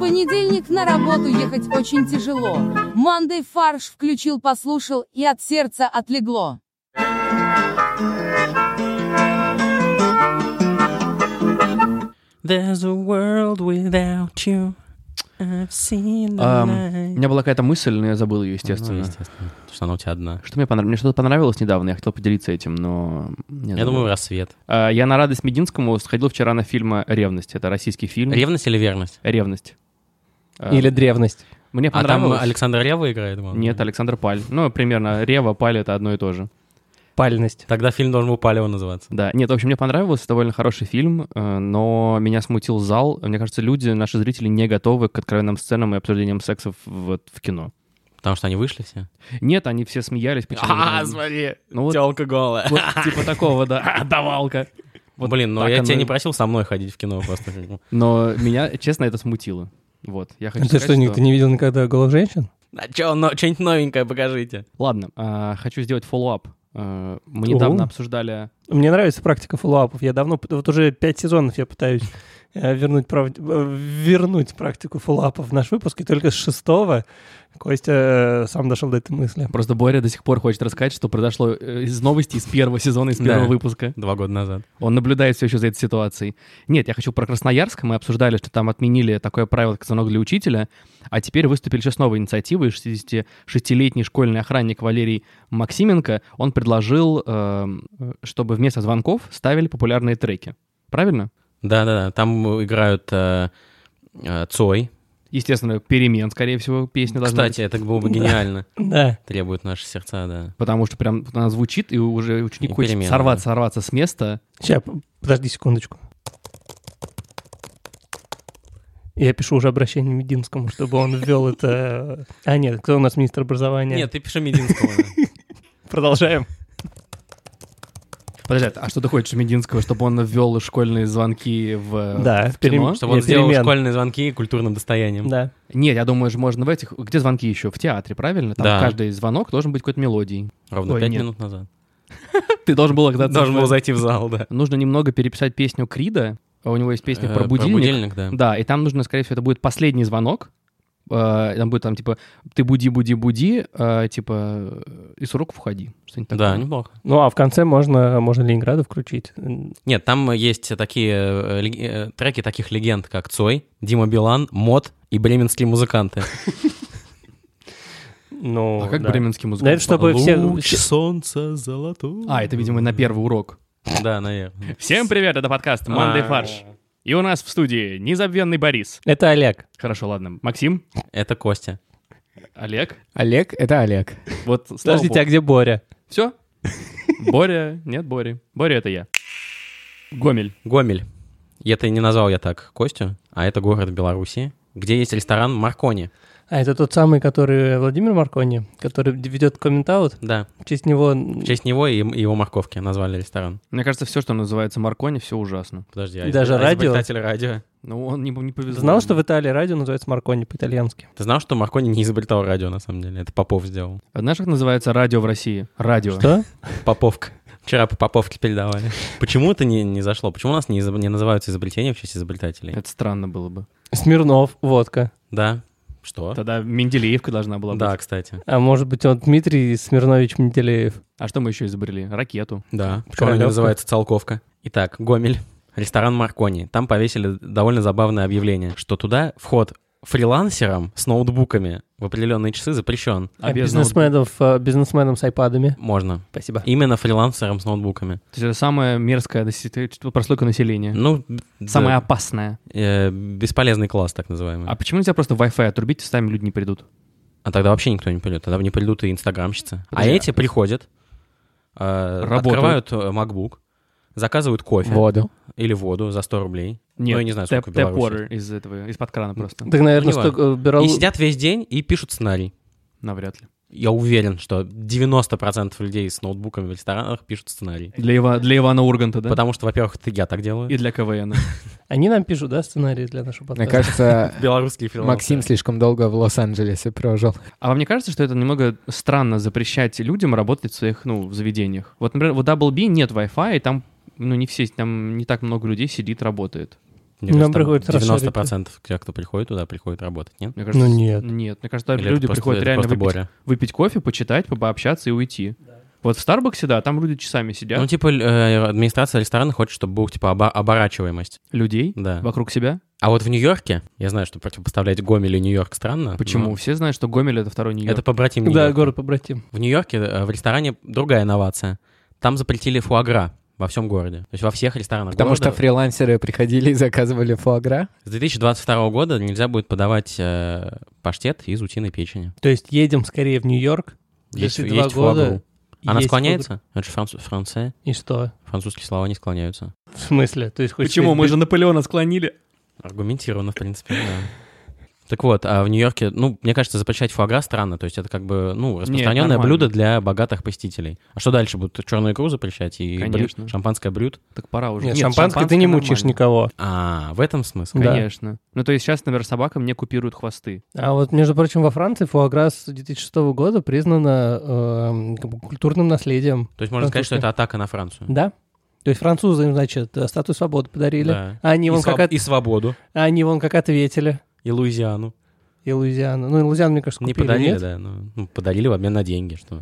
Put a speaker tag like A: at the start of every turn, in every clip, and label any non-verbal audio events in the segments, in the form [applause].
A: понедельник на работу ехать очень тяжело. Мандей фарш включил, послушал, и от сердца отлегло.
B: There's a world without you. I've seen the
C: Ам,
B: light.
C: у меня была какая-то мысль, но я забыл ее,
B: Ну,
C: естественно.
B: естественно. Потому что она у тебя одна.
C: Что мне понравилось? Мне что-то понравилось недавно, я хотел поделиться этим, но... не
B: Я
C: знаю.
B: думаю, рассвет.
C: А, Я на радость Мединскому сходил вчера на фильм «Ревность». Это российский фильм.
B: Ревность или верность?
C: «Ревность». А,
D: Или древность.
C: Мне
B: А там
C: понравилось.
B: Александр Ревва играет? по-моему?
C: Нет, Александр Паль. Ну, примерно, Рева, Паль — это одно и то же.
D: Пальность.
B: Тогда фильм должен был Палево называться.
C: Да, нет, в общем, мне понравилось, это довольно хороший фильм, э, но меня смутил зал. Мне кажется, люди, наши зрители, не готовы к откровенным сценам и обсуждениям сексов в, в кино.
B: Потому что они вышли все.
C: Нет, они все
B: [laughs]
C: смеялись. почему-то.
B: А, смотри,
C: Ну вот-
B: телка голая.
C: [laughs] Вот типа такого, да. А, [laughs] давалка. Вот
B: Блин, ну
C: так
B: я
C: оно
B: тебя
C: и-
B: не просил со мной ходить в кино просто.
C: [laughs] Но меня, честно, это смутило. Вот, я хочу
D: Ты
C: сказать,
D: что, никто не видел никогда голых женщин?
B: А чё, но- что-нибудь новенькое покажите.
C: Ладно, а, хочу сделать фоллоуап. А, Мы недавно
D: О.
C: обсуждали...
D: Мне нравится практика фоллоуапов. Я давно, п- вот уже пять сезонов я пытаюсь э, вернуть, прав- э, вернуть практику фоллоуапов в наш выпуск, и только с шестого Костя э, сам дошел до этой мысли.
C: Просто Боря до сих пор хочет рассказать, что произошло э, из новостей из [laughs] первого сезона, из первого
B: Да.
C: выпуска.
B: Два года назад.
C: Он наблюдает все еще за этой ситуацией. Нет, я хочу про Красноярск. Мы обсуждали, что там отменили такое правило, как звонок для учителя. А теперь выступили еще с новой инициативой. 66-летний школьный охранник Валерий Максименко, он предложил, эм, чтобы вместо звонков ставили популярные треки. Правильно?
B: Да-да-да, там играют э, э, Цой.
C: Естественно, перемен, скорее всего, песня должна
B: Кстати,
C: быть.
B: это было бы гениально.
D: Да.
B: Требуют наши сердца, да.
C: Потому что прям вот она звучит, и уже
B: И
C: ученик хочет
B: перемены,
C: сорваться, сорваться с места.
D: Сейчас, подожди секундочку. Я пишу уже обращение Мединскому, чтобы он ввел это... А нет, кто у нас министр образования?
B: Нет, ты пиши Мединского. да.
D: Продолжаем.
C: Подожди, а что ты хочешь Мединского, чтобы он ввел школьные звонки в, э,
D: Да,
C: в кино?
D: перем-
B: Чтобы он
D: Нет,
B: сделал
D: перемен.
B: школьные звонки культурным достоянием.
D: Ну, Да.
C: Нет, я думаю, же можно в этих... Где звонки еще? В театре, правильно? Там
B: Да.
C: каждый звонок должен быть какой-то мелодией. [laughs]
B: Ровно
C: Ой,
B: пять
C: нет.
B: минут назад.
C: Ты должен был когда-то...
B: Должен был зайти в зал, да.
C: Нужно немного переписать песню Крида. А У него есть песня
B: Э,
C: про будильник.
B: да.
C: Да, и там нужно, скорее всего, это будет последний звонок. Э, Там будет там типа «ты буди, буди, буди», э, типа э, «и с уроков уходи». Что-нибудь такое.
B: Да, неплохо.
D: Ну, а в конце можно, можно Ленинграда включить.
B: Нет, там есть такие э, лег- э, треки таких легенд, как Цой, Дима Билан, Мод и бременские музыканты.
D: Ну,
C: А как
D: да.
C: бременский
D: Да, это
C: музыкант?
D: чтобы все...
B: Луч солнца золотой.
C: А, это, видимо, на первый урок.
B: Да, наверное.
C: Всем привет, это подкаст «Мандай
B: А.
C: фарш». И у нас в студии незабвенный Борис.
D: Это Олег.
C: Хорошо, ладно. Максим,
B: Это Костя.
C: Олег.
E: Олег, это Олег.
C: Вот, слава
D: Подождите, а где Боря?
C: Все? Боря, нет Бори. Боря это я. Гомель.
B: Гомель. И Это не назвал я так Костю, а это город Беларуси, где есть ресторан Маркони.
D: А это тот самый, который Владимир Маркони, который ведет комментаут.
B: Да,
D: В честь него...
B: в честь него и и его морковки назвали ресторан.
C: Мне кажется, все, что называется Маркони, все ужасно.
B: Подожди, а
D: Даже
B: изобр- а
D: радио?
B: изобретатель радио.
C: Ну, он не, не
D: Ты
C: повезло.
D: знал, что в Италии радио называется Маркони по-итальянски?
B: Ты знал, что Маркони не изобретал радио, на самом деле? Это Попов сделал.
C: А Знаешь, как называется радио в России? Радио.
D: Что?
B: Поповка. Вчера по Поповке передавали. Почему это не, не зашло? Почему у нас не, изоб- не называются изобретения в честь изобретателей?
C: Это странно было бы.
D: Смирнов, водка.
B: Да. Что?
C: Тогда Менделеевка должна была быть.
B: Да, кстати.
D: А может быть, он Дмитрий Смирнович Менделеев.
C: А что мы еще изобрели? Ракету.
B: Да. Почему она не
D: Королевка.
B: называется Целковка? Итак, Гомель. Ресторан Маркони. Там повесили довольно забавное объявление, что туда вход фрилансерам с ноутбуками в определенные часы запрещен.
D: А
C: без ноутбука.
D: бизнесменов, э, бизнесменам с айпадами.
B: Можно.
D: Спасибо.
B: Именно фрилансерам с ноутбуками.
C: То есть это самая мерзкая наси- прослойка населения.
B: Ну, б-
C: Самая
B: да.
C: опасная.
B: Э, бесполезный класс, так называемый.
C: А
B: А...
C: почему нельзя просто Wi-Fi отрубить, и сами люди не придут?
B: тогда вообще никто не придет. Тогда не придут и инстаграмщицы. А
C: Подожди,
B: эти приходят, э,
C: Работают.
B: открывают э, MacBook, заказывают кофе
E: Воду.
B: или воду за 100 рублей. ну, я не знаю,
C: тэп,
B: сколько в Беларуси.
C: тэп-ордер из этого, из-под крана просто.
D: Так, наверное,
B: Ну, не
D: что э, Берал...
B: И сидят весь день и пишут сценарий.
C: Навряд ли.
B: Я уверен, что 90% людей с ноутбуками в ресторанах пишут сценарий.
C: Для, Ива- для Ивана Урганта, да?
B: Потому что, во-первых, это я так делаю.
C: И для КВН.
D: Они нам пишут, да, сценарий для нашего
E: Мне
D: подкаста?
E: кажется,
B: [laughs] Белорусские фрилансеры.
E: Максим слишком долго в Лос-Анджелесе прожил.
C: [laughs] А вам не кажется, что это немного странно запрещать людям работать в своих, ну, в заведениях? Вот, например, в Double B нет Wi-Fi, и там, ну, не все, там не так много людей сидит, работает.
B: Мне кажется,
D: Нам
B: там
D: приходится
B: 90% тех, кто приходит туда, приходит работать, нет?
C: Мне кажется,
D: Ну, нет.
C: Нет, мне кажется,
B: Или
C: люди
B: это просто-
C: приходят
B: это
C: реально
B: просто
C: выпить,
B: Боря?
C: выпить кофе, почитать, по- пообщаться и уйти. Вот в Старбаксе, да, там люди часами сидят,
B: Ну, типа, э, администрация ресторана хочет, чтобы был, типа, оба- оборачиваемость.
C: людей
B: Да.
C: вокруг себя.
B: А вот в Нью-Йорке, я знаю, что противопоставлять Гомель и Нью-Йорк странно.
C: Почему? Все знают, что Гомель — это второй
B: но
C: Нью-Йорк.
B: Ну. Это побратим
D: Да,
B: Нью-Йорка.
D: город побратим.
B: В Нью-Йорке э, в ресторане другая инновация. Там запретили фуагра во всем городе. То есть во всех ресторанах
E: Потому
B: города.
E: что фрилансеры приходили и заказывали фуагра.
B: С 2022 года нельзя будет подавать э, паштет из утиной печени.
D: То есть едем скорее в Нью-Йорк.
B: Есть,
D: Если
B: есть
D: два года,
B: фуагру. Она
D: есть
B: склоняется? Это же францу- франце-
D: И что?
B: Французские слова не склоняются.
D: В смысле? То есть хочешь
C: Почему?
D: сказать,
C: Мы же Наполеона склонили.
B: Аргументированно, в принципе, да. Так вот, а в Нью-Йорке, ну, мне кажется, запрещать фуагра странно, то есть это как бы, ну, распространенное
C: нормально.
B: блюдо для богатых посетителей. А что дальше будут? Черную икру запрещать и брю-
C: Конечно.
B: шампанское брют?
C: Так пора уже.
D: Нет, шампанское ты не мучишь
C: нормально.
D: никого.
B: А, в этом смысл?
D: Да.
C: Конечно. Ну, то есть сейчас, например, собакам не купируют хвосты.
D: А вот, между прочим, во Франции фуагра с 2006 года признана эм, как бы культурным наследием.
B: То есть можно сказать, что
D: Французское.
B: это атака на Францию.
D: Да? То есть французы им, значит, э, статую свободы подарили.
B: Да.
D: А они,
B: И,
D: вон
B: своб-
D: как от-
B: и свободу,
D: а они вон как ответили.
B: и Луизиану.
D: И Луизиану. Ну, и Луизиану, мне кажется,
B: Не
D: купили,
B: подарили,
D: нет?
B: да, ну, ну, подарили в обмен на деньги, что...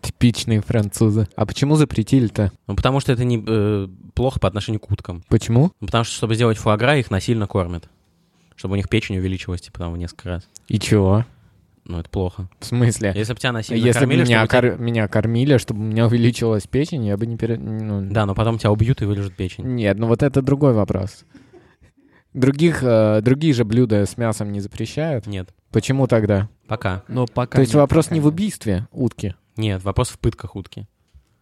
E: Типичные французы. А почему запретили-то?
B: Ну, потому что это не э, плохо по отношению к уткам.
E: Почему?
B: Ну, потому что, чтобы сделать фуагра, их насильно кормят. Чтобы у них печень увеличилась, типа, там, в несколько раз.
E: И чего?
B: Ну, это плохо.
E: В смысле?
B: Если бы тебя насильно
E: Если бы
B: кормили,
E: меня,
B: чтобы тебя-
E: кор- меня кормили, чтобы у меня увеличилась печень, я бы не пере... ну,
B: Да, но потом тебя убьют и вырежут печень.
E: Нет, ну вот это другой вопрос. Других, э, другие же блюда с мясом не запрещают.
B: Нет,
E: Почему тогда?
B: пока.
C: Но пока
E: То есть
C: нет,
E: вопрос
C: пока
E: не в
C: нет.
E: убийстве утки,
B: Нет, вопрос в пытках утки.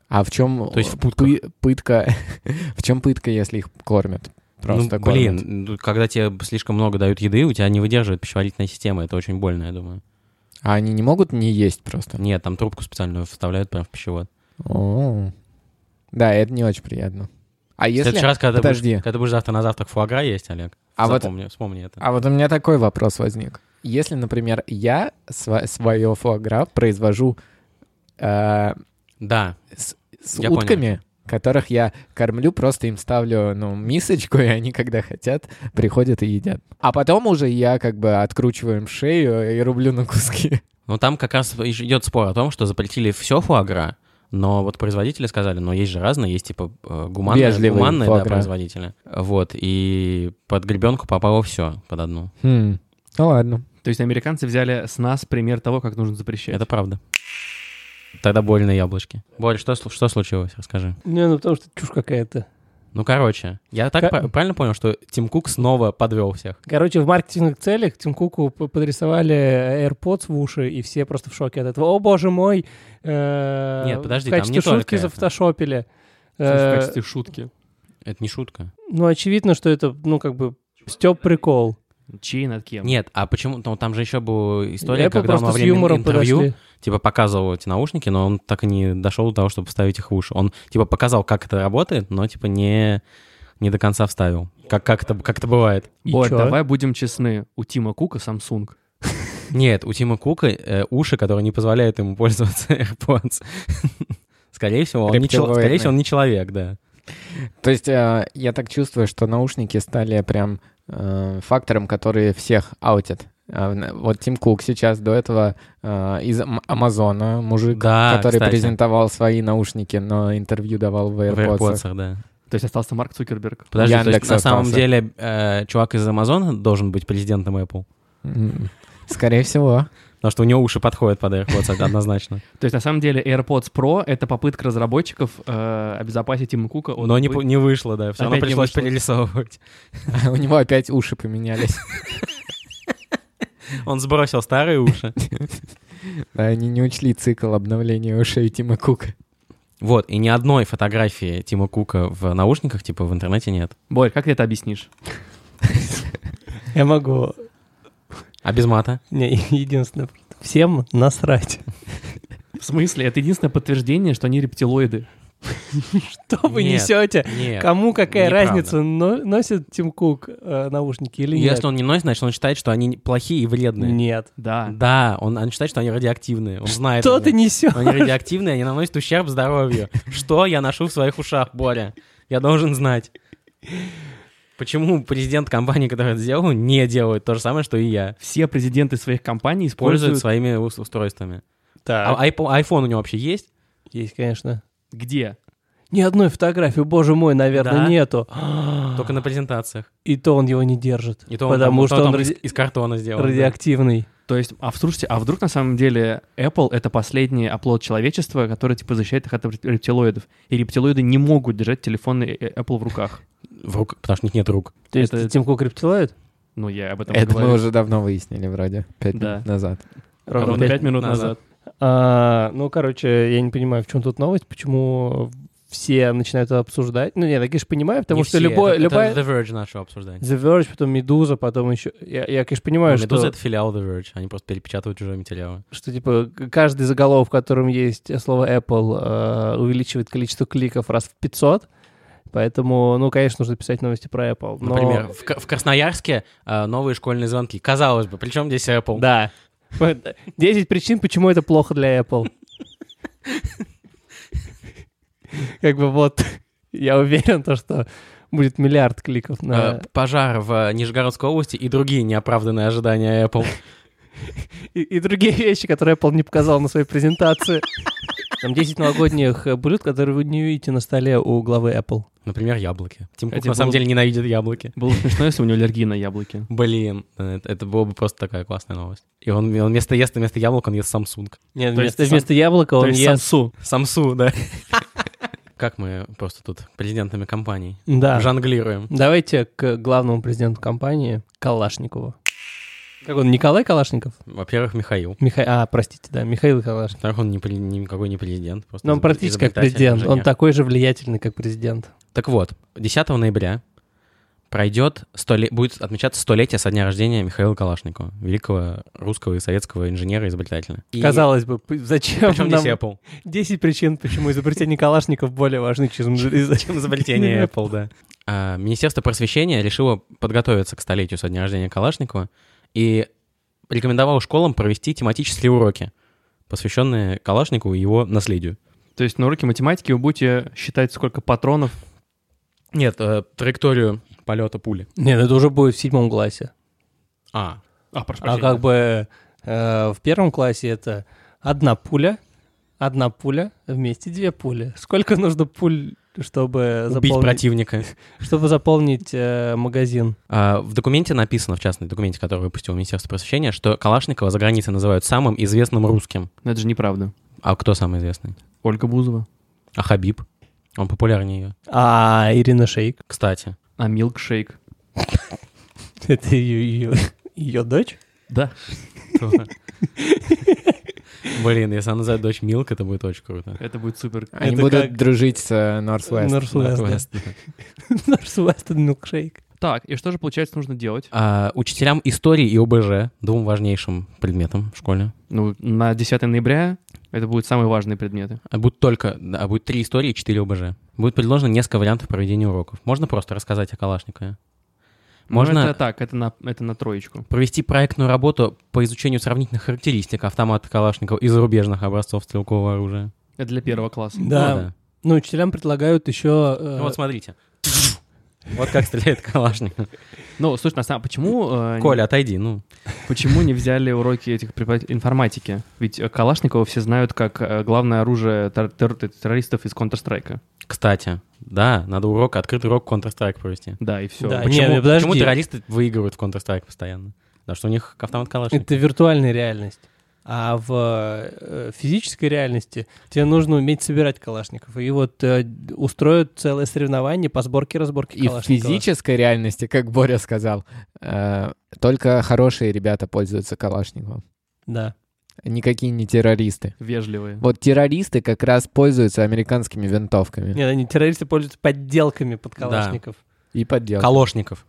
E: а в чем
B: То есть в
E: пытка? [laughs] В чем пытка, если их кормят? Просто
B: ну,
E: кормят.
B: блин, ну, когда тебе слишком много дают еды, у тебя не выдерживает пищеварительная система. Это очень больно, я думаю.
E: А они не могут не есть просто.
B: Нет, там трубку специальную вставляют прям в пищевод.
E: О. Да, это не очень приятно. А
B: В следующий
E: если...
B: раз, когда, Ты
E: Подожди.
B: будешь, когда ты будешь завтра на завтрак фуагра есть, Олег,
E: А вот-
B: запомни, вспомни это.
E: А вот у меня такой вопрос возник. Если, например, я сва- свое фуагра произвожу э,
B: Да,
E: с
B: Я понял.
E: утками, которых я кормлю, просто им ставлю ну, мисочку, [laughs] и они, когда хотят, приходят и едят. А потом уже я как бы откручиваю им шею и рублю на куски.
B: но там как раз и идет спор о том, что запретили все фуагра, но вот производители сказали, но есть же разные, есть типа э, гуманные,
E: Вежливые
B: гуманные, да,
E: фуагра.
B: производители. Вот, и под гребенку попало все под одну.
E: Хм. Ну ладно.
C: То есть американцы взяли с нас пример того, как нужно запрещать.
B: Это правда. Тогда боль на яблочке. Борь, что, слу- что случилось? Расскажи.
D: Не, ну потому что чушь какая-то.
B: Ну, короче, я так
D: Ка-
B: пра- правильно понял, что Тим Кук снова подвел всех.
D: Короче, в маркетинговых целях Тим Куку п- подрисовали э, AirPods в уши, и все просто в шоке от этого. О, боже мой! э,
B: Нет, подожди,
D: В
B: там
D: качестве
B: не только
D: шутки
B: это.
D: зафотошопили.
C: В смысле, в
D: Э,
C: качестве шутки.
B: Это не шутка.
D: Ну, очевидно, что это, ну, как бы, Степ прикол.
C: Чей над кем?
B: Нет, а почему? Ну, там же еще была история,
D: Apple
B: когда он
D: просто
B: во
D: с
B: время
D: юмором
B: интервью
D: подошли.
B: типа показывал эти наушники, но он так и не дошел до того, чтобы вставить их в уши. Он типа показал, как это работает, но типа не, не до конца вставил. Как, как, это, как это бывает.
D: И
C: Борь,
D: чё?
C: давай будем честны. У Тима Кука Samsung.
B: Нет, у Тима Кука э, уши, которые не позволяют ему пользоваться AirPods. [laughs] Скорее всего, он не, чел-
E: Рептилоидные.
B: скорее всего, он не человек, да.
E: То есть э, я так чувствую, что наушники стали прям э, фактором, который всех аутит. А, н- Вот Тим Кук сейчас до этого э, из Ам- Амазона, мужик,
B: Да,
E: который
B: кстати.
E: презентовал свои наушники, но интервью давал в
B: В
E: AirPods.
B: AirPods, да.
C: То есть остался Марк Цукерберг.
B: Подожди, то есть
E: Яндекс
B: на самом
E: остался.
B: деле э, чувак из Амазона должен быть президентом Apple,
E: М. Скорее всего. [laughs]
B: потому что у него уши подходят под AirPods это однозначно.
C: То есть на самом деле AirPods Pro — это попытка разработчиков э, обезопасить Тима Кука. от
B: Но не,
C: бы-
B: по- не вышло, да, все равно
C: Опять не
B: пришлось
C: вышло.
B: перерисовывать.
E: У него опять уши поменялись.
B: Он сбросил старые уши.
E: Да, они не учли цикл обновления ушей Тима Кука.
B: [laughs] Вот, и ни одной фотографии Тима Кука в наушниках, типа, в интернете нет.
C: Борь, как ты это объяснишь?
D: Я могу.
B: А без мата?
D: Не, [laughs] единственное, всем насрать. [laughs]
C: В смысле? Это единственное подтверждение, что они рептилоиды.
D: Что вы
B: Нет.
D: несете?
B: Нет.
D: Кому какая
B: неправда.
D: разница, но- носит Тим Кук э, наушники или нет?
B: Ну, Если он не носит, значит, он считает, что они плохие и вредные.
D: Нет.
C: Да.
B: Да, он, он считает, что они радиоактивные. Он знает.
D: Что
B: это. [laughs]
D: ты несешь?
B: Они радиоактивные, они наносят ущерб здоровью. Что я ношу в своих ушах, Боря? Я должен знать. Почему президент компании, которая это сделала, не делает то же самое, что и я?
C: Все президенты своих компаний
B: Пользует
C: используют...
B: своими ус- устройствами.
D: Так,
B: А iPhone, iPhone у него вообще есть?
D: есть, конечно.
C: Где?
D: Ни одной фотографии, боже мой, наверное,
B: Да.
D: нету.
B: Только на презентациях.
D: И то он его не держит.
B: И то он там-
D: потому что
B: то
D: он
B: там из,
D: ради-
B: из картона сделан. да.
D: радиоактивный.
C: То есть, а в- слушайте, а вдруг на самом деле Apple это последний оплот человечества, который типа защищает их от реп- рептилоидов, и рептилоиды не могут держать телефоны э, э, Apple в руках.
B: В рук, потому что у них нет рук.
D: То есть
C: Это-
D: Тим Кук
B: А
D: рептилоид?
C: Ну, я об этом и
E: Это
C: говорю.
E: мы уже давно выяснили вроде, пять
C: Да.
E: минут назад.
C: ровно
D: пять.
C: пять минут
B: назад.
C: назад.
D: А, ну, короче, я не понимаю, в чем тут новость, почему все начинают это обсуждать. Ну, нет, я, конечно, понимаю, потому
B: Не
D: что
B: все.
D: любое,
B: Это-
D: любая...
B: это The Verge нашего обсуждения.
D: The Verge, потом Медуза, потом еще... Я, я, конечно, понимаю,
B: Ну, Медуза
D: что,
B: это филиал The Verge, они просто перепечатывают чужие материалы.
D: что, типа, каждый заголовок, в котором есть слово Apple, э, увеличивает количество кликов раз в 500, поэтому, ну, конечно, нужно писать новости про Apple. но-
B: Например, в, К- в Красноярске э, новые школьные звонки. Казалось бы, причем здесь Apple?
D: Да. 10 причин, почему это плохо для Apple. Как бы вот, я уверен, то, что будет миллиард кликов
B: Э,
D: на...
B: Пожар в э, Нижегородской области и другие неоправданные ожидания Apple. [laughs]
D: И, и другие вещи, которые Apple не показал на своей презентации. Там 10 новогодних э, блюд, которые вы не увидите на столе у главы Apple.
B: Например, яблоки. Тим Кук
C: Эти
B: на самом
C: будут-
B: деле ненавидит яблоки.
C: Было бы смешно, если у него аллергия на яблоки.
B: Блин, э, это, это было бы просто такая классная новость. И он, он вместо ест вместо яблок он ест Samsung.
D: Нет,
C: То
D: вместо,
C: есть сам-
D: вместо яблока
C: То
D: он
C: есть
D: ест...
C: Самсу.
B: Самсу, да. [laughs] Как мы просто тут президентами компаний
D: Да.
B: жонглируем.
D: Давайте к главному президенту компании Калашникову. Как он, Николай Калашников?
B: Во-первых, Михаил.
D: Миха... А, простите, да, Михаил Калашников.
B: Во-вторых, он не, пре- никакой не президент. Просто
D: Ну, он
B: изобр-
D: практически как
B: изобретатель,
D: президент. Он
B: инженер.
D: такой же влиятельный, как президент.
B: Так вот, 10 ноября пройдет 100 ле- будет отмечаться столетие со дня рождения Михаила Калашникова, великого русского и советского инженера и изобретателя. И
D: Казалось бы, п- зачем
B: причем
D: нам
B: здесь Apple?
D: 10 причин, почему изобретение Калашников более важны, чем, из-
B: [laughs] Чем
D: [laughs]
B: изобретение Apple, да. А, Министерство просвещения решило подготовиться к столетию со дня рождения Калашникова и рекомендовало школам провести тематические уроки, посвященные Калашнику и его наследию.
C: То есть на уроке математики вы будете считать, сколько патронов.
B: Нет, э, траекторию полета пули.
D: Нет, ну это уже будет в седьмом классе.
B: А,
C: А, прошу
D: А как бы э, в первом классе это одна пуля, одна пуля, вместе две пули. Сколько нужно пуль, чтобы
B: убить
D: заполнить,
B: противника.
D: чтобы заполнить э, магазин?
B: А, В документе написано, в частном документе, который выпустил Министерство просвещения, что Калашникова за границей называют самым известным русским.
C: Это же неправда.
B: А кто самый известный?
C: Ольга Бузова.
B: А Хабиб. Он популярнее ее.
D: А Ирина Шейк,
B: Кстати,
C: А Милкшейк.
D: это ее, ее, ее дочь? [laughs]
C: Да.
B: Блин, если она назовет дочь Милк, это будет очень круто.
C: Это будет супер.
E: Они
D: Это
E: будут
D: как-
E: дружить с э, Northwest.
D: Northwest, да.
B: Northwest.
D: Northwestern Milkshake.
C: Так, и что же, получается, нужно делать?
B: А, Учителям истории и ОБЖ, двум важнейшим предметам в школе,
C: Ну, на 10 ноября это будут самые важные предметы.
B: а будет только, а будет три истории и четыре ОБЖ. Будет предложено несколько вариантов проведения уроков. Можно просто рассказать о Калашникове?
C: Ну,
B: Можно-
C: это так, это на, это на троечку.
B: провести проектную работу по изучению сравнительных характеристик автомата Калашникова и зарубежных образцов стрелкового оружия.
C: Это для первого класса.
D: Да.
B: Ну
D: Ну, учителям предлагают еще... э,
B: Ну вот смотрите. Вот как стреляет Калашников.
C: Ну, слушай, на самом почему... э,
B: Коля, отойди, ну.
C: Почему не взяли уроки этих препод- информатики? Ведь э, Калашникова все знают как э, главное оружие тер- тер- террористов из Counter-Strike.
B: Кстати, да, надо урок, открытый урок Counter-Strike провести.
C: Да, и все.
D: Да,
B: Почему,
D: не, А подожди.
B: почему террористы выигрывают в Counter-Strike постоянно? Потому что у них автомат Калашникова.
D: Это виртуальная реальность. А в э, физической реальности тебе нужно уметь собирать калашников. И вот э, устроят целое соревнование по сборке и разборке
E: И в
D: калашников.
E: физической реальности, как Боря сказал, э, только хорошие ребята пользуются Калашниковым.
D: Да.
E: Никакие не террористы.
C: Вежливые.
E: Вот террористы как раз пользуются американскими винтовками
D: Нет, они террористы пользуются подделками под
B: Да.
D: калашников.
E: и подделками.
B: Калошников.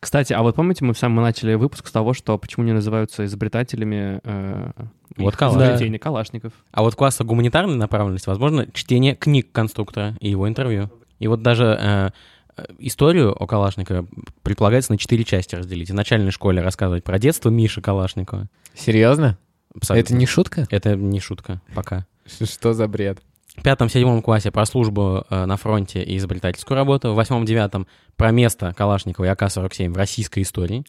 C: Кстати, а вот помните, мы в самом начали выпуск с того, что почему не называются изобретателями э,
B: Вот
C: их
B: Калашников.
C: изобретений Калашников?
B: А вот класса гуманитарной направленности, возможно, чтение книг конструктора и его интервью. И вот даже э, э, историю о Калашникове предполагается на четыре части разделить. В начальной школе рассказывать про детство Миши Калашникова.
E: Серьезно?
B: Абсолютно.
E: Это не шутка?
B: Это не шутка пока.
E: Ш- Что за бред?
B: пятом-седьмом классе про службу э, на фронте и изобретательскую работу, в восьмом-девятом про место Калашникова и АК-47 в российской истории,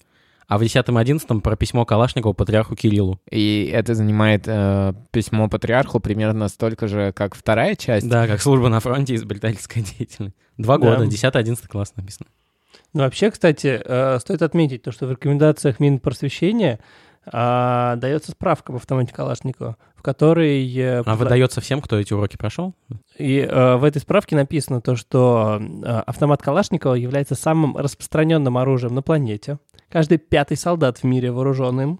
B: а в десятом-одиннадцатом про письмо Калашникова патриарху Кириллу.
E: И это занимает э, письмо патриарху примерно столько же, как вторая часть.
B: Да, как служба на фронте и изобретательская [laughs] деятельность. Два
D: Да.
B: года, 10-11 класс написано.
D: Ну, вообще, кстати, э, стоит отметить то, что в рекомендациях Минпросвещения а, дается справка об автомате Калашникова, в которой... э,
B: Она
D: подла-
B: А выдается всем, кто эти уроки прошел?
D: И э, в этой справке написано то, что э, автомат Калашникова является самым распространенным оружием на планете. Каждый пятый солдат в мире вооружен им.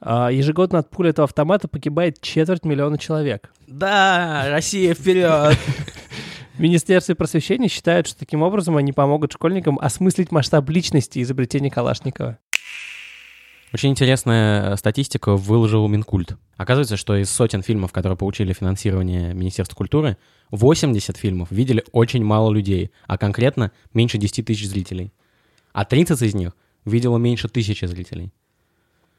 D: А, ежегодно от пули этого автомата погибает четверть миллиона человек.
B: Да, Россия вперед!
D: В Министерстве просвещения считают, что таким образом они помогут школьникам осмыслить масштаб личности изобретения Калашникова.
B: Очень интересная э, статистика выложил Минкульт. Оказывается, что из сотен фильмов, которые получили финансирование Министерства культуры, 80 фильмов видели очень мало людей, а конкретно меньше 10 тысяч зрителей. А 30 из них видело меньше тысячи зрителей.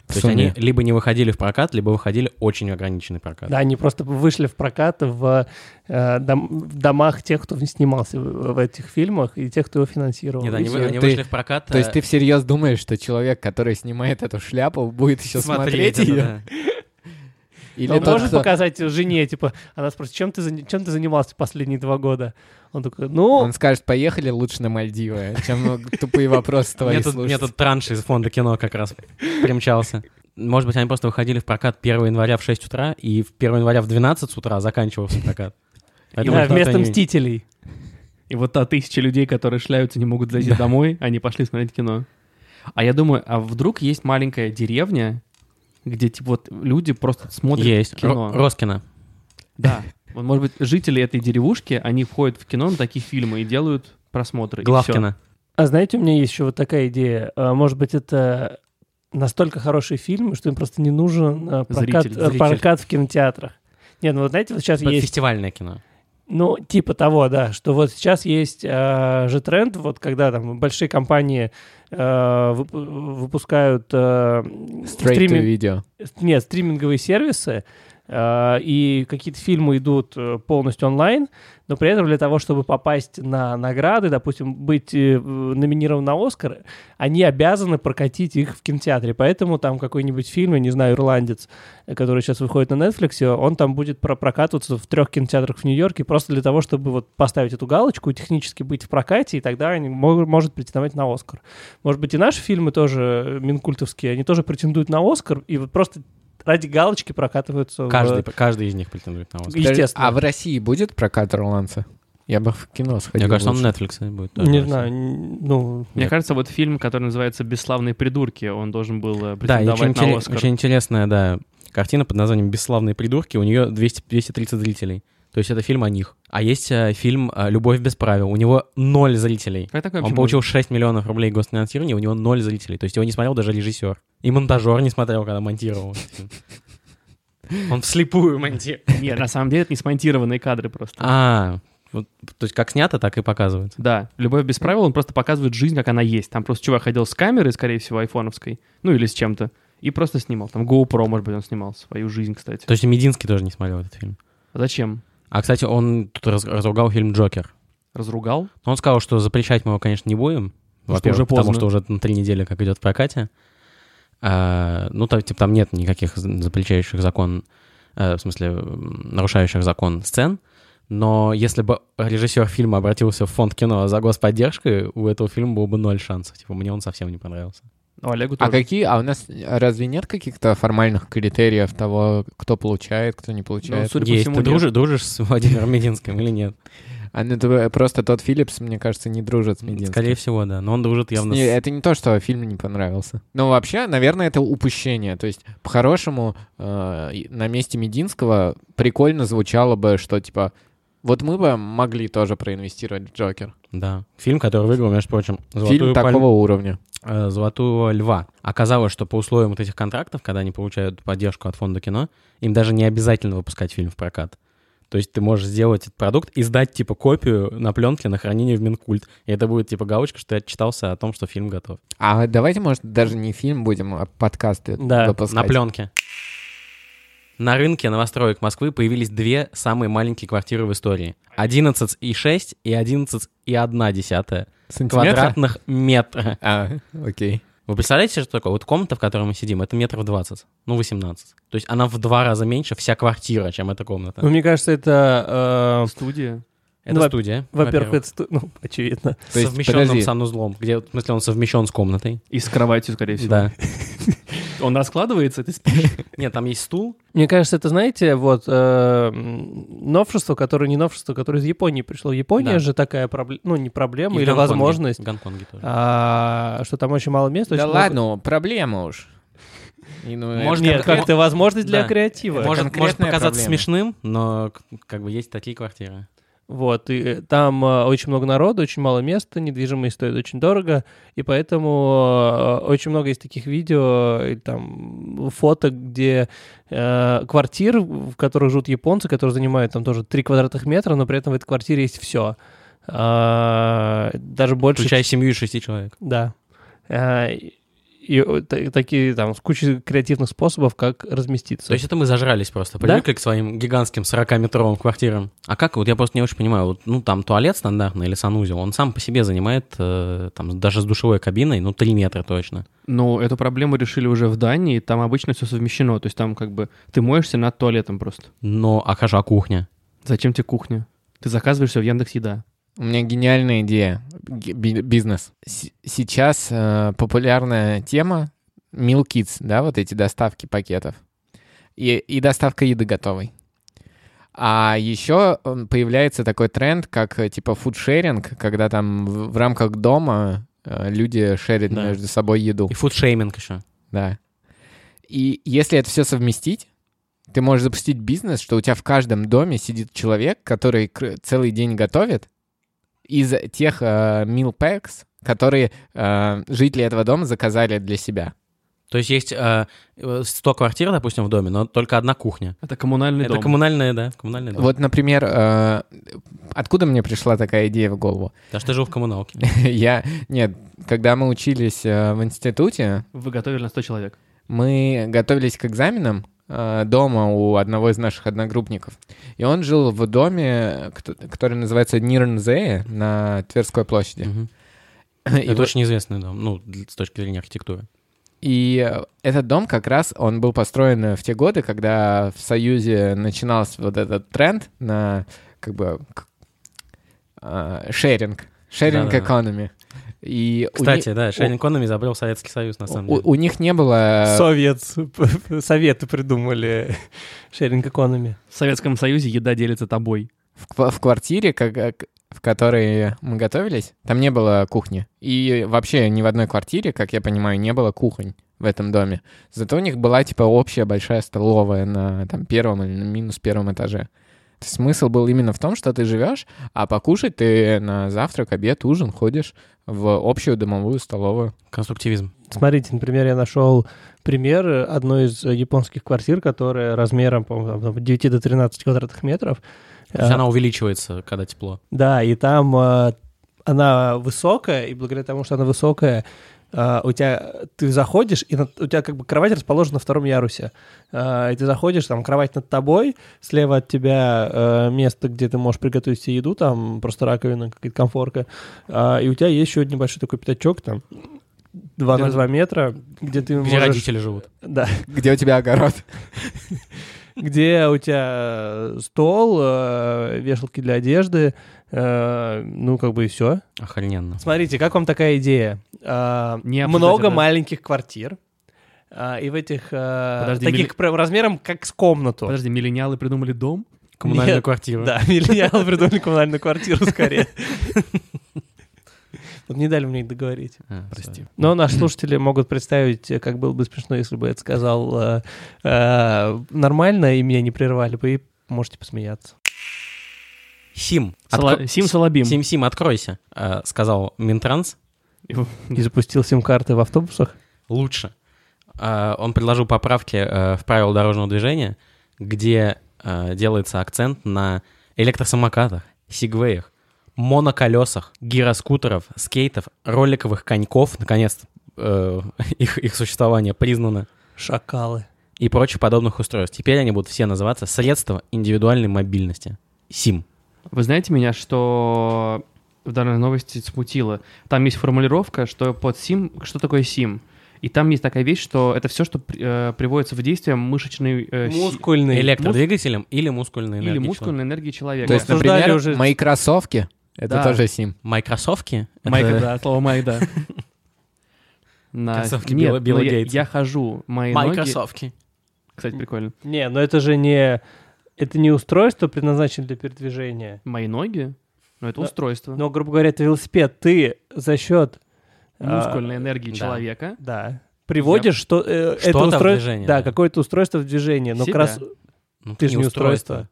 E: В
B: То есть они
E: сумме.
B: либо не выходили в прокат, либо выходили очень ограниченный прокат.
D: Да, они просто вышли в прокат в, э, дом- в домах тех, кто снимался в, в этих фильмах, и тех, кто его финансировал.
B: Нет,
D: И
B: они, вы-
D: всё.
B: они
E: ну, Ты-
B: вышли в прокат.
E: То есть
B: э,
E: ты всерьез думаешь, что человек, который снимает эту шляпу, будет еще смотреть,
B: это,
E: ее?
B: да.
E: Или
D: Он
E: тот,
D: может
E: кто-
D: показать жене, типа, она спросит, чем ты, зан- чем ты занимался последние два года? Он такой, ну,
E: Он скажет, поехали лучше на Мальдивы, чем ну,
B: [laughs]
E: тупые вопросы твои
B: Мне тут, мне
E: слушать.
B: тут транш из фонда кино как раз примчался. Может быть, они просто выходили в прокат 1 января в 6 утра, и в 1 января в 12 утра заканчивался прокат. Поэтому
D: да,
B: никто
D: вместо
B: не-
D: «Мстителей».
C: И вот та тысяча людей, которые шляются, не могут зайти домой, они пошли смотреть кино. А я думаю, а вдруг есть маленькая деревня, где типа вот люди просто смотрят
B: Есть.
C: кино.
B: Ро- Роскино.
C: Да. Вот, может быть, жители этой деревушки, они входят в кино на такие фильмы и делают просмотры. и всё.
B: Главкино.
D: А знаете, у меня есть еще вот такая идея. А, Может быть, это настолько хорошие фильмы, что им просто не нужен а, прокат,
C: Зритель,
D: э,
B: зритель.
D: прокат в кинотеатрах. Нет, ну вот знаете, вот сейчас
B: Типа
D: есть...
B: Фестивальное кино.
D: Ну, типа того, да, что вот сейчас есть э, же тренд, вот когда там большие компании э, вып- выпускают э,
E: Straight to
D: стриминг-
E: video.
D: нет, стриминговые сервисы, э, и какие-то фильмы идут э, полностью онлайн, но при этом для того, чтобы попасть на награды, допустим, быть э, в- номинирован на Оскар, они обязаны прокатить их в кинотеатре. Поэтому там какой-нибудь фильм, я не знаю, «Ирландец», э, который сейчас выходит на Netflix, он там будет про- прокатываться в трех кинотеатрах в Нью-Йорке просто для того, чтобы вот поставить эту галочку, технически быть в прокате, и тогда они могут, может претендовать на Оскар. Может быть, и наши фильмы тоже э, минкультовские, они тоже претендуют на Оскар, и вот просто ради галочки прокатываются. в-
B: Каждый, каждый из них претендует на Оскар.
D: Естественно.
E: А в России будет прокат Ирландца? Я бы в кино сходил.
B: Мне кажется, он
E: лучше.
B: на Netflix будет. тоже.
D: Не знаю, н- ну,
C: Мне
B: Нет.
C: кажется, вот фильм, который называется «Бесславные придурки», он должен был э,
B: Да, и
C: претендовать
B: очень,
C: на
B: интерес-
C: Оскар.
B: очень интересная, да, картина под названием «Бесславные придурки». У нее 200, 230 зрителей. То есть это фильм о них. А есть э, фильм э, «Любовь без правил». У него ноль зрителей.
C: Как такое
B: Он
C: вообще
B: получил 6 миллионов рублей госфинансирования, у него ноль зрителей. То есть его не смотрел даже режиссер. И монтажер не смотрел, когда монтировал. [laughs] Он вслепую монтировал. [laughs]
C: может? Нет, на самом деле это не смонтированные кадры просто.
B: А, вот, то есть как снято, так и показывают.
C: Да, «Любовь без правил», он просто показывает жизнь, как она есть. Там просто чувак ходил с камерой, скорее всего, айфоновской, ну или с чем-то, и просто снимал. Там GoPro, может быть, он снимал свою жизнь, кстати.
B: То есть и Мединский тоже не смотрел этот фильм.
C: А зачем?
B: А, кстати, он тут раз- разругал фильм «Джокер».
C: Разругал?
B: Но Он сказал, что запрещать мы его, конечно, не будем.
C: Потому что
B: Во-первых,
C: уже
B: потому
C: поздно.
B: что уже на три недели как идет в прокате. А, ну, там, типа, там нет никаких з- запрещающих закон, э, в смысле, м, нарушающих закон сцен. Но если бы режиссер фильма обратился в фонд кино за господдержкой, у этого фильма было бы ноль шансов. Типа, мне он совсем не понравился.
C: Ну, Олегу
E: А
C: тоже.
E: какие? А у нас разве нет каких-то формальных критериев того, кто получает, кто не
C: Ну,
E: получает?
C: судя по
B: Есть.
C: всему,
B: Ты
C: нет.
B: дружи- дружишь с Владимиром Мединским или нет?
E: А, ну, это просто тот Филлипс, мне кажется, не дружит с Мединским.
B: Скорее всего, да. Но он дружит
E: С
B: явно
E: ней-
B: с
E: Это не то, что фильм не понравился. Ну, вообще, наверное, это упущение. То есть, по-хорошему, э, и на месте Мединского прикольно звучало бы, что, типа, вот мы бы могли тоже проинвестировать в Джокер.
B: Да. Фильм, который выиграл, между прочим, золотую
E: Фильм
B: пальму.
E: такого уровня.
B: э, «Золотого льва». Оказалось, что по условиям вот этих контрактов, когда они получают поддержку от фонда кино, им даже не обязательно выпускать фильм в прокат. То есть ты можешь сделать этот продукт и сдать, типа, копию на пленке на хранение в Минкульт. И это будет, типа, галочка, что ты отчитался о том, что фильм готов.
E: А давайте, может, даже не фильм будем, а подкасты
D: Да,
E: выпускать.
B: На пленке. На рынке новостроек Москвы появились две самые маленькие квартиры в истории. 11,6 и 11,1
E: Сантиметра?
B: квадратных метра.
E: А, окей.
B: Вы представляете, что такое? Вот комната, в которой мы сидим, это метров 20, ну 18. То есть она в два раза меньше, вся квартира, чем эта комната.
D: Ну, мне кажется, это... э,
C: Студия.
B: Это
D: ну, во-
B: студия,
D: во-первых, это... сту- [laughs] Ну, очевидно.
B: с
E: То есть,
B: совмещенным
E: подожди.
B: санузлом, где, в смысле, он совмещен с комнатой.
C: И с кроватью, скорее всего.
B: Да.
C: Он раскладывается, и ты спишь.
B: Нет, там есть стул.
D: Мне кажется, это, знаете, вот э, м, новшество, которое не новшество, которое из Японии пришло. Япония
B: Да.
D: же такая проблема, ну, не
B: и
D: проблема
B: в
D: или
B: Гонконге.
D: возможность,
B: В Гонконге тоже.
D: а, что там очень мало места.
E: Да
D: очень много-
E: ладно, проблема уж. И, ну,
B: Можно
E: это
D: Нет,
B: Кон-
D: как-то возможность для
B: Да.
D: креатива.
B: Может, может
E: конкретная
B: показаться
E: проблема.
B: смешным, но к- как бы есть такие квартиры.
D: Вот, и э, там э, очень много народу, очень мало места, недвижимость стоит очень дорого, и поэтому э, очень много есть таких видео, э, и там фото, где э, квартиры, в которых живут японцы, которые занимают там тоже 3 квадратных метра, но при этом в этой квартире есть все. даже больше.
B: Включая семью из шести человек.
D: Да. Э, и и, э, та- такие там с кучей креативных способов, как разместиться.
B: То есть это мы зажрались просто,
D: Да?
B: привыкли к своим гигантским 40-метровым квартирам. А как, вот я просто не очень понимаю, вот, ну там туалет стандартный или санузел, он сам по себе занимает, э, там даже с душевой кабиной, ну 3 метра точно.
C: Ну, эту проблему решили уже в Дании, там обычно все совмещено, то есть там как бы ты моешься над туалетом просто.
B: Но, а как же, а кухня?
C: Зачем тебе кухня? Ты заказываешь все в Яндекс Еда.
E: У меня гениальная идея. Г- би- Бизнес. С- Сейчас э, популярная тема Meal Kits, да, вот эти доставки пакетов. И, и доставка еды готовой. А еще м, появляется такой тренд, как э, типа фудшеринг, когда там в, в рамках дома э, люди шерят
B: Да.
E: между собой еду.
B: И фудшейминг еще.
E: Да. И если это все совместить, ты можешь запустить бизнес, что у тебя в каждом доме сидит человек, который кр- целый день готовит из тех э, meal packs, которые э, жители этого дома заказали для себя.
B: То есть есть э, э, 100 квартир, допустим, в доме, но только одна кухня.
C: Это коммунальный
B: это
C: дом.
B: коммунальная, да, коммунальный дом.
E: Вот, например, э, откуда мне пришла такая идея в голову? [laughs]
B: Потому что ты жил в коммуналке.
E: Я, нет, когда мы учились э, в институте,
C: Вы готовили на 100 человек.
E: мы готовились к экзаменам э, дома у одного из наших одногруппников. И он жил в доме, кт- который называется Нирнзея на Тверской площади.
B: [laughs] Мгм.
E: И,
B: Это
E: вот-
B: очень известный дом, ну, для- с точки зрения архитектуры.
E: и, э, этот дом как раз, он был построен в те годы, когда в Союзе начинался вот этот тренд на как бы к- э, шеринг, шеринг
B: Да-да-да.
E: экономи. И у
B: Кстати,
E: ни-
B: да, Шерин Конами изобрел Советский Союз, на самом
E: у,
B: деле.
E: у них не было...
D: Совет, советы придумали [laughs] шеринг экономи.
C: В Советском Союзе еда делится тобой.
E: в, ква- в квартире, как- как- в которой мы готовились, там не было кухни. И вообще ни в одной квартире, как я понимаю, не было кухонь в этом доме. Зато у них была типа общая большая столовая на там первом или на минус первом этаже. То есть Смысл был именно в том, что ты живешь, а покушать ты на завтрак, обед, ужин ходишь в общую домовую столовую. [laughs]
B: Конструктивизм.
D: Смотрите, например, я нашел пример э, одной из э, японских квартир, которая размером, по-моему, там, от 9 до 13 квадратных метров.
B: То есть
D: Э,
B: она увеличивается, когда тепло.
D: Да, и там э, она высокая, и благодаря тому, что она высокая, э, у тебя ты заходишь, и над- у тебя как бы кровать расположена на втором ярусе. Э, И ты заходишь, там кровать над тобой, слева от тебя э, место, где ты можешь приготовить себе еду, там просто раковина, какая-то комфорка. Э, И у тебя есть еще небольшой такой пятачок, там 2 на 2 метра, где ты
B: Где
D: можешь...
B: родители живут.
D: Да,
E: Где у тебя огород?
D: где у тебя э, стол, э, вешалки для одежды, э, ну как бы и все.
B: Охрененно.
D: Смотрите, как вам такая идея? А,
C: Не обсуждать
D: много
C: это.
D: маленьких квартир, а, и в этих а,
C: Подожди,
D: таких
C: мили-
D: прям размером, как с комнату.
C: Подожди, миллениалы придумали дом?
B: Коммунальную
D: Нет,
B: квартиру.
D: Да, [laughs] миллениалы придумали коммунальную квартиру скорее. [laughs] Вот не дали мне договорить.
B: А,
C: Прости.
D: Но наши слушатели могут представить, э, как было бы смешно, если бы я это сказал э, э, нормально, и меня не прервали бы, и можете
C: [laughs]
D: посмеяться.
B: sorry. Сим.
C: Сала-
B: отко-
C: Сим Салабим.
B: Сим, Сим, откройся, э, сказал Минтранс.
D: И запустил сим-карты в автобусах.
B: Лучше. Э, Он предложил поправки э, в правила дорожного движения, где э, делается акцент на электросамокатах, сигвеях, моноколесах, гироскутеров, скейтов, [laughs] роликовых коньков. Наконец, э, их, их существование признано.
D: Шакалы.
B: и прочих подобных устройств. Теперь они будут все называться средства индивидуальной мобильности. СИМ.
C: Вы знаете меня, что в данной новости смутило? Там есть формулировка, что под SIM, что такое SIM? И там есть такая вещь, что это все, что при- э, приводится в действие мышечной э, си-
D: Мускульный.
B: Электродвигателем или мускульной
C: или
B: энергией.
C: мускульной энергии человека.
E: То есть,
D: обсуждали
E: например,
D: уже-
E: мои кроссовки — это
C: Да.
E: тоже сим.
B: Майкрософтки?
C: Майк,
B: Это-
C: да, слово Майк,
B: [laughs]
C: да. На-
B: Кроссовки
C: Нет,
B: Билла- Билла
C: но я-
B: Гейтса.
C: я хожу, мои ноги...
B: Майкрософтки.
C: Кстати, прикольно.
D: Не, но это же не... Это не устройство, предназначенное для передвижения.
C: Мои ноги? Ну, это
D: Да.
C: устройство.
D: Но, грубо говоря, это велосипед. Ты за счет... а,
C: Мускульной энергии
B: да.
C: человека.
D: Да. Приводишь что, э,
B: Что-то
D: это
B: в
D: устрой-
B: движение,
D: Да,
B: да.
D: какое-то устройство в движении. Но
C: Себя.
D: как раз
B: Ну,
D: ты же не устройство.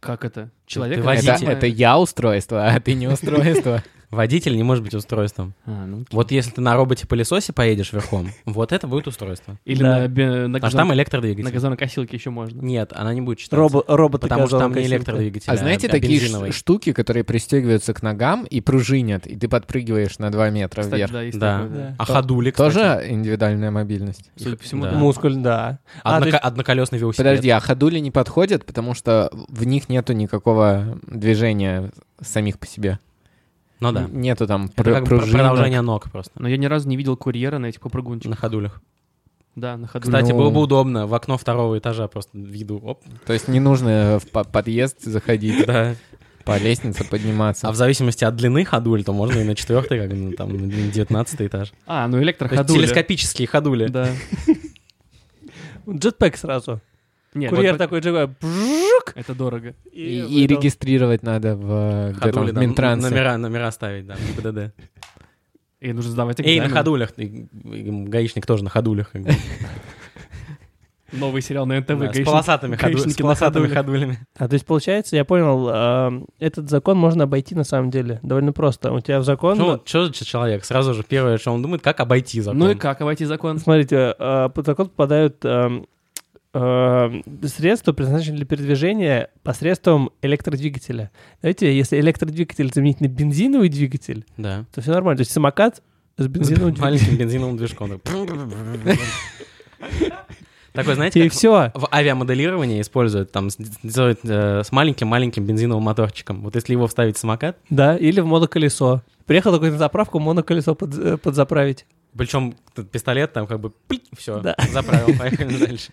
C: Как это? Человек?
B: ты
C: это
E: Это,
B: водитель.
C: не-
E: это я устройство, а ты
D: [laughs]
E: не устройство.
B: Водитель не может быть устройством.
C: А, ну.
B: Вот если ты на роботе-пылесосе поедешь верхом, вот это будет устройство.
C: Или
D: Да.
C: на, бе- на
B: Потому А что там
C: газон- на
B: электродвигатель.
C: газонокосилке еще можно.
B: Нет, она не будет считаться.
D: Робо- робот
B: Потому что там не
D: газонокосилка.
B: электродвигатель,
E: А знаете такие ш-
B: бензиновый.
E: штуки, которые пристегиваются к ногам и пружинят, и ты подпрыгиваешь на 2 метра
C: Кстати,
E: вверх?
C: да, есть
B: Да.
C: такое, да.
D: Да.
B: А ходули, кстати.
E: Тоже индивидуальная мобильность?
C: Судя по всему,
B: Да.
C: да.
D: Мускуль, да. А, то
B: Одноко-
D: есть-
B: Одноколесный велосипед.
E: Подожди, а ходули не подходят, потому что в них нету никакого движения самих по себе.
B: Ну да.
E: Н- Нету там
B: Это
E: пр-
B: как бы
E: пружинок.
B: продолжение ног просто.
C: Но я ни разу не видел курьера на этих попрыгунчиках.
B: На ходулях.
C: Да, на ходу.
B: Кстати,
E: Ну.
B: было бы удобно в окно второго этажа просто виду. Оп,
E: То есть не нужно в по- подъезд заходить,
B: да.
E: по лестнице подниматься.
B: А в зависимости от длины ходуль, то можно и на четвертый, как бы, ну, там, на 19 этаж.
C: А, ну
B: То есть
C: электроходули.
B: телескопические ходули.
C: Да.
B: [laughs]
D: Джетпэк сразу.
C: Нет,
B: ну
D: Курьер
C: вот
D: такой джигай. бжжук,
C: Это дорого.
E: И, и
D: выдал.
E: регистрировать надо в, э, где там,
B: Ходули,
E: в
B: да, ну,
E: Минтрансе.
B: номера, номера ставить, да, в ГИБДД.
C: И нужно сдавать
B: Эй,
C: экзамен.
B: на ходулях. И- и Гаишник тоже на ходулях. как бы.
C: Новый сериал на НТВ.
B: Да, С
C: гаишник-
B: полосатыми ходу- с
C: гаишники на
B: полосатыми
C: ходулях.
B: ходулями.
D: А то есть, получается, я понял, эм, этот закон можно обойти на самом деле. Довольно просто. У тебя в закон...
B: Что за человек? Сразу же первое, что он думает, как обойти закон.
C: Ну и как обойти закон?
D: Смотрите, э, под закон попадают эм, эм, средства, предназначенные для передвижения посредством электродвигателя. Знаете, если электродвигатель заменить на бензиновый двигатель,
B: Да.
D: то все нормально. То есть самокат с бензиновым
B: С
D: двигателем.
B: Маленьким бензиновым движком. Такой,
D: И
B: знаете, как
D: все.
B: в авиамоделировании используют, там, с- делают э, с маленьким-маленьким бензиновым моторчиком. Вот если его вставить в самокат,
D: Да, или в моноколесо. Приехал такой на заправку, моноколесо под, э, подзаправить.
B: причем этот пистолет там как бы все,
D: Да.
B: заправил, [laughs] поехали дальше.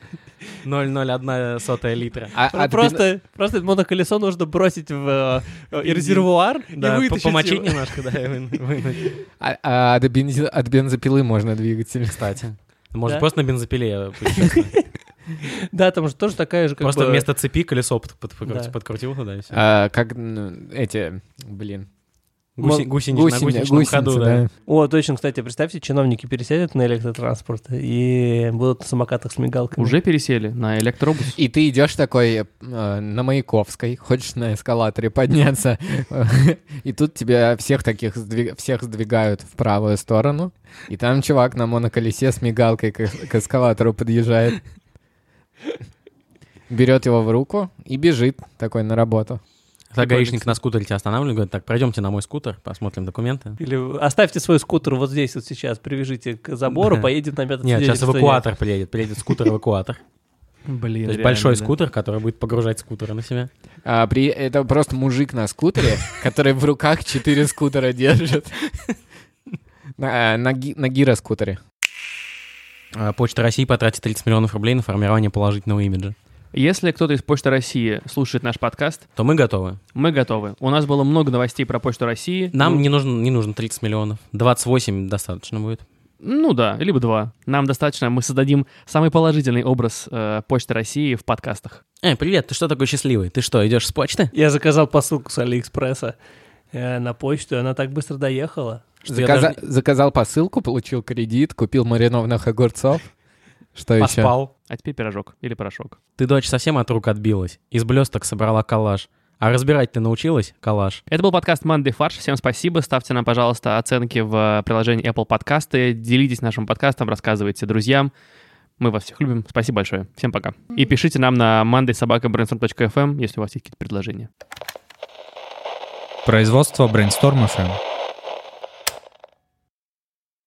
B: 0,01 сотая литра.
E: А-
D: Про-
E: от бен-
D: просто, просто моноколесо нужно бросить в э, э, резервуар
B: Да,
D: и
B: по-
D: вытащить
B: помочить
D: его.
B: немножко, да, и [laughs] вы- вынуть.
E: а- а от бензи- от бензопилы можно двигатель.
B: Кстати. Можно
D: Да.
B: просто на бензопиле [laughs] путешествовать.
D: Да, там же тоже такая же как
B: Просто
D: бы-
B: вместо цепи колесо под- под- подкрути-
D: Да.
B: подкрутил туда и все.
E: А, как м, эти, блин,
B: Гуси-
E: мон-
B: гусеничный- на
E: гусени-
B: гусеничном ходу,
E: гусеницы,
B: да.
D: О, точно, кстати, представьте, чиновники пересядут на электротранспорт и будут на самокатах с мигалками.
C: Уже пересели на электробус.
E: И ты идешь такой э, на Маяковской, хочешь на эскалаторе подняться, и тут тебя всех таких сдвиг- всех сдвигают в правую сторону, и там чувак на моноколесе с мигалкой к, к эскалатору подъезжает, берет его в руку и бежит такой на работу.
B: Когда гаишник на скутере тебя останавливает, говорит, так, пройдемте на мой скутер, посмотрим документы.
D: Или оставьте свой скутер вот здесь вот сейчас, привяжите к забору,
B: Да.
D: поедет на пятом
B: Нет,
D: сиденье
B: сейчас
D: стоять.
B: эвакуатор приедет, приедет [laughs] скутер-эвакуатор.
C: Блин,
B: То есть
C: реально,
B: большой
C: да.
B: скутер, который будет погружать скутеры на себя.
E: А при это просто мужик на скутере, который в руках четыре скутера держит. На, э, на, ги- на гироскутере.
B: А Почта России потратит 30 миллионов рублей на формирование положительного имиджа.
C: Если кто-то из Почты России слушает наш подкаст,
B: То мы готовы.
C: мы готовы. У нас было много новостей про Почту России.
B: Нам
C: Ну,
B: не нужно, не нужно 30 миллионов. 28 достаточно будет.
C: Ну да, либо два. Нам достаточно, мы создадим самый положительный образ э, Почты России в подкастах.
B: Э, привет, ты что такой счастливый? Ты что, идешь с почты?
D: Я заказал посылку с Алиэкспресса э, на почту, и она так быстро доехала.
B: Что я даже
E: Заказа- Заказал посылку, получил кредит, купил маринованных огурцов. Что
B: не
E: еще?
B: поспал.
C: А теперь пирожок или порошок.
B: Ты, дочь, совсем от рук отбилась. Из блесток собрала калаш. А разбирать ты научилась? Калаш.
C: Это был подкаст «Манды фарш». Всем спасибо. Ставьте нам, пожалуйста, оценки в э, приложении Apple Подкасты. Делитесь нашим подкастом, рассказывайте друзьям. Мы вас всех любим. Спасибо большое. Всем пока. И пишите нам на эм, mandaysobakabrainstorm.fm, если у вас есть какие-то предложения.
F: Производство Brainstorm FM.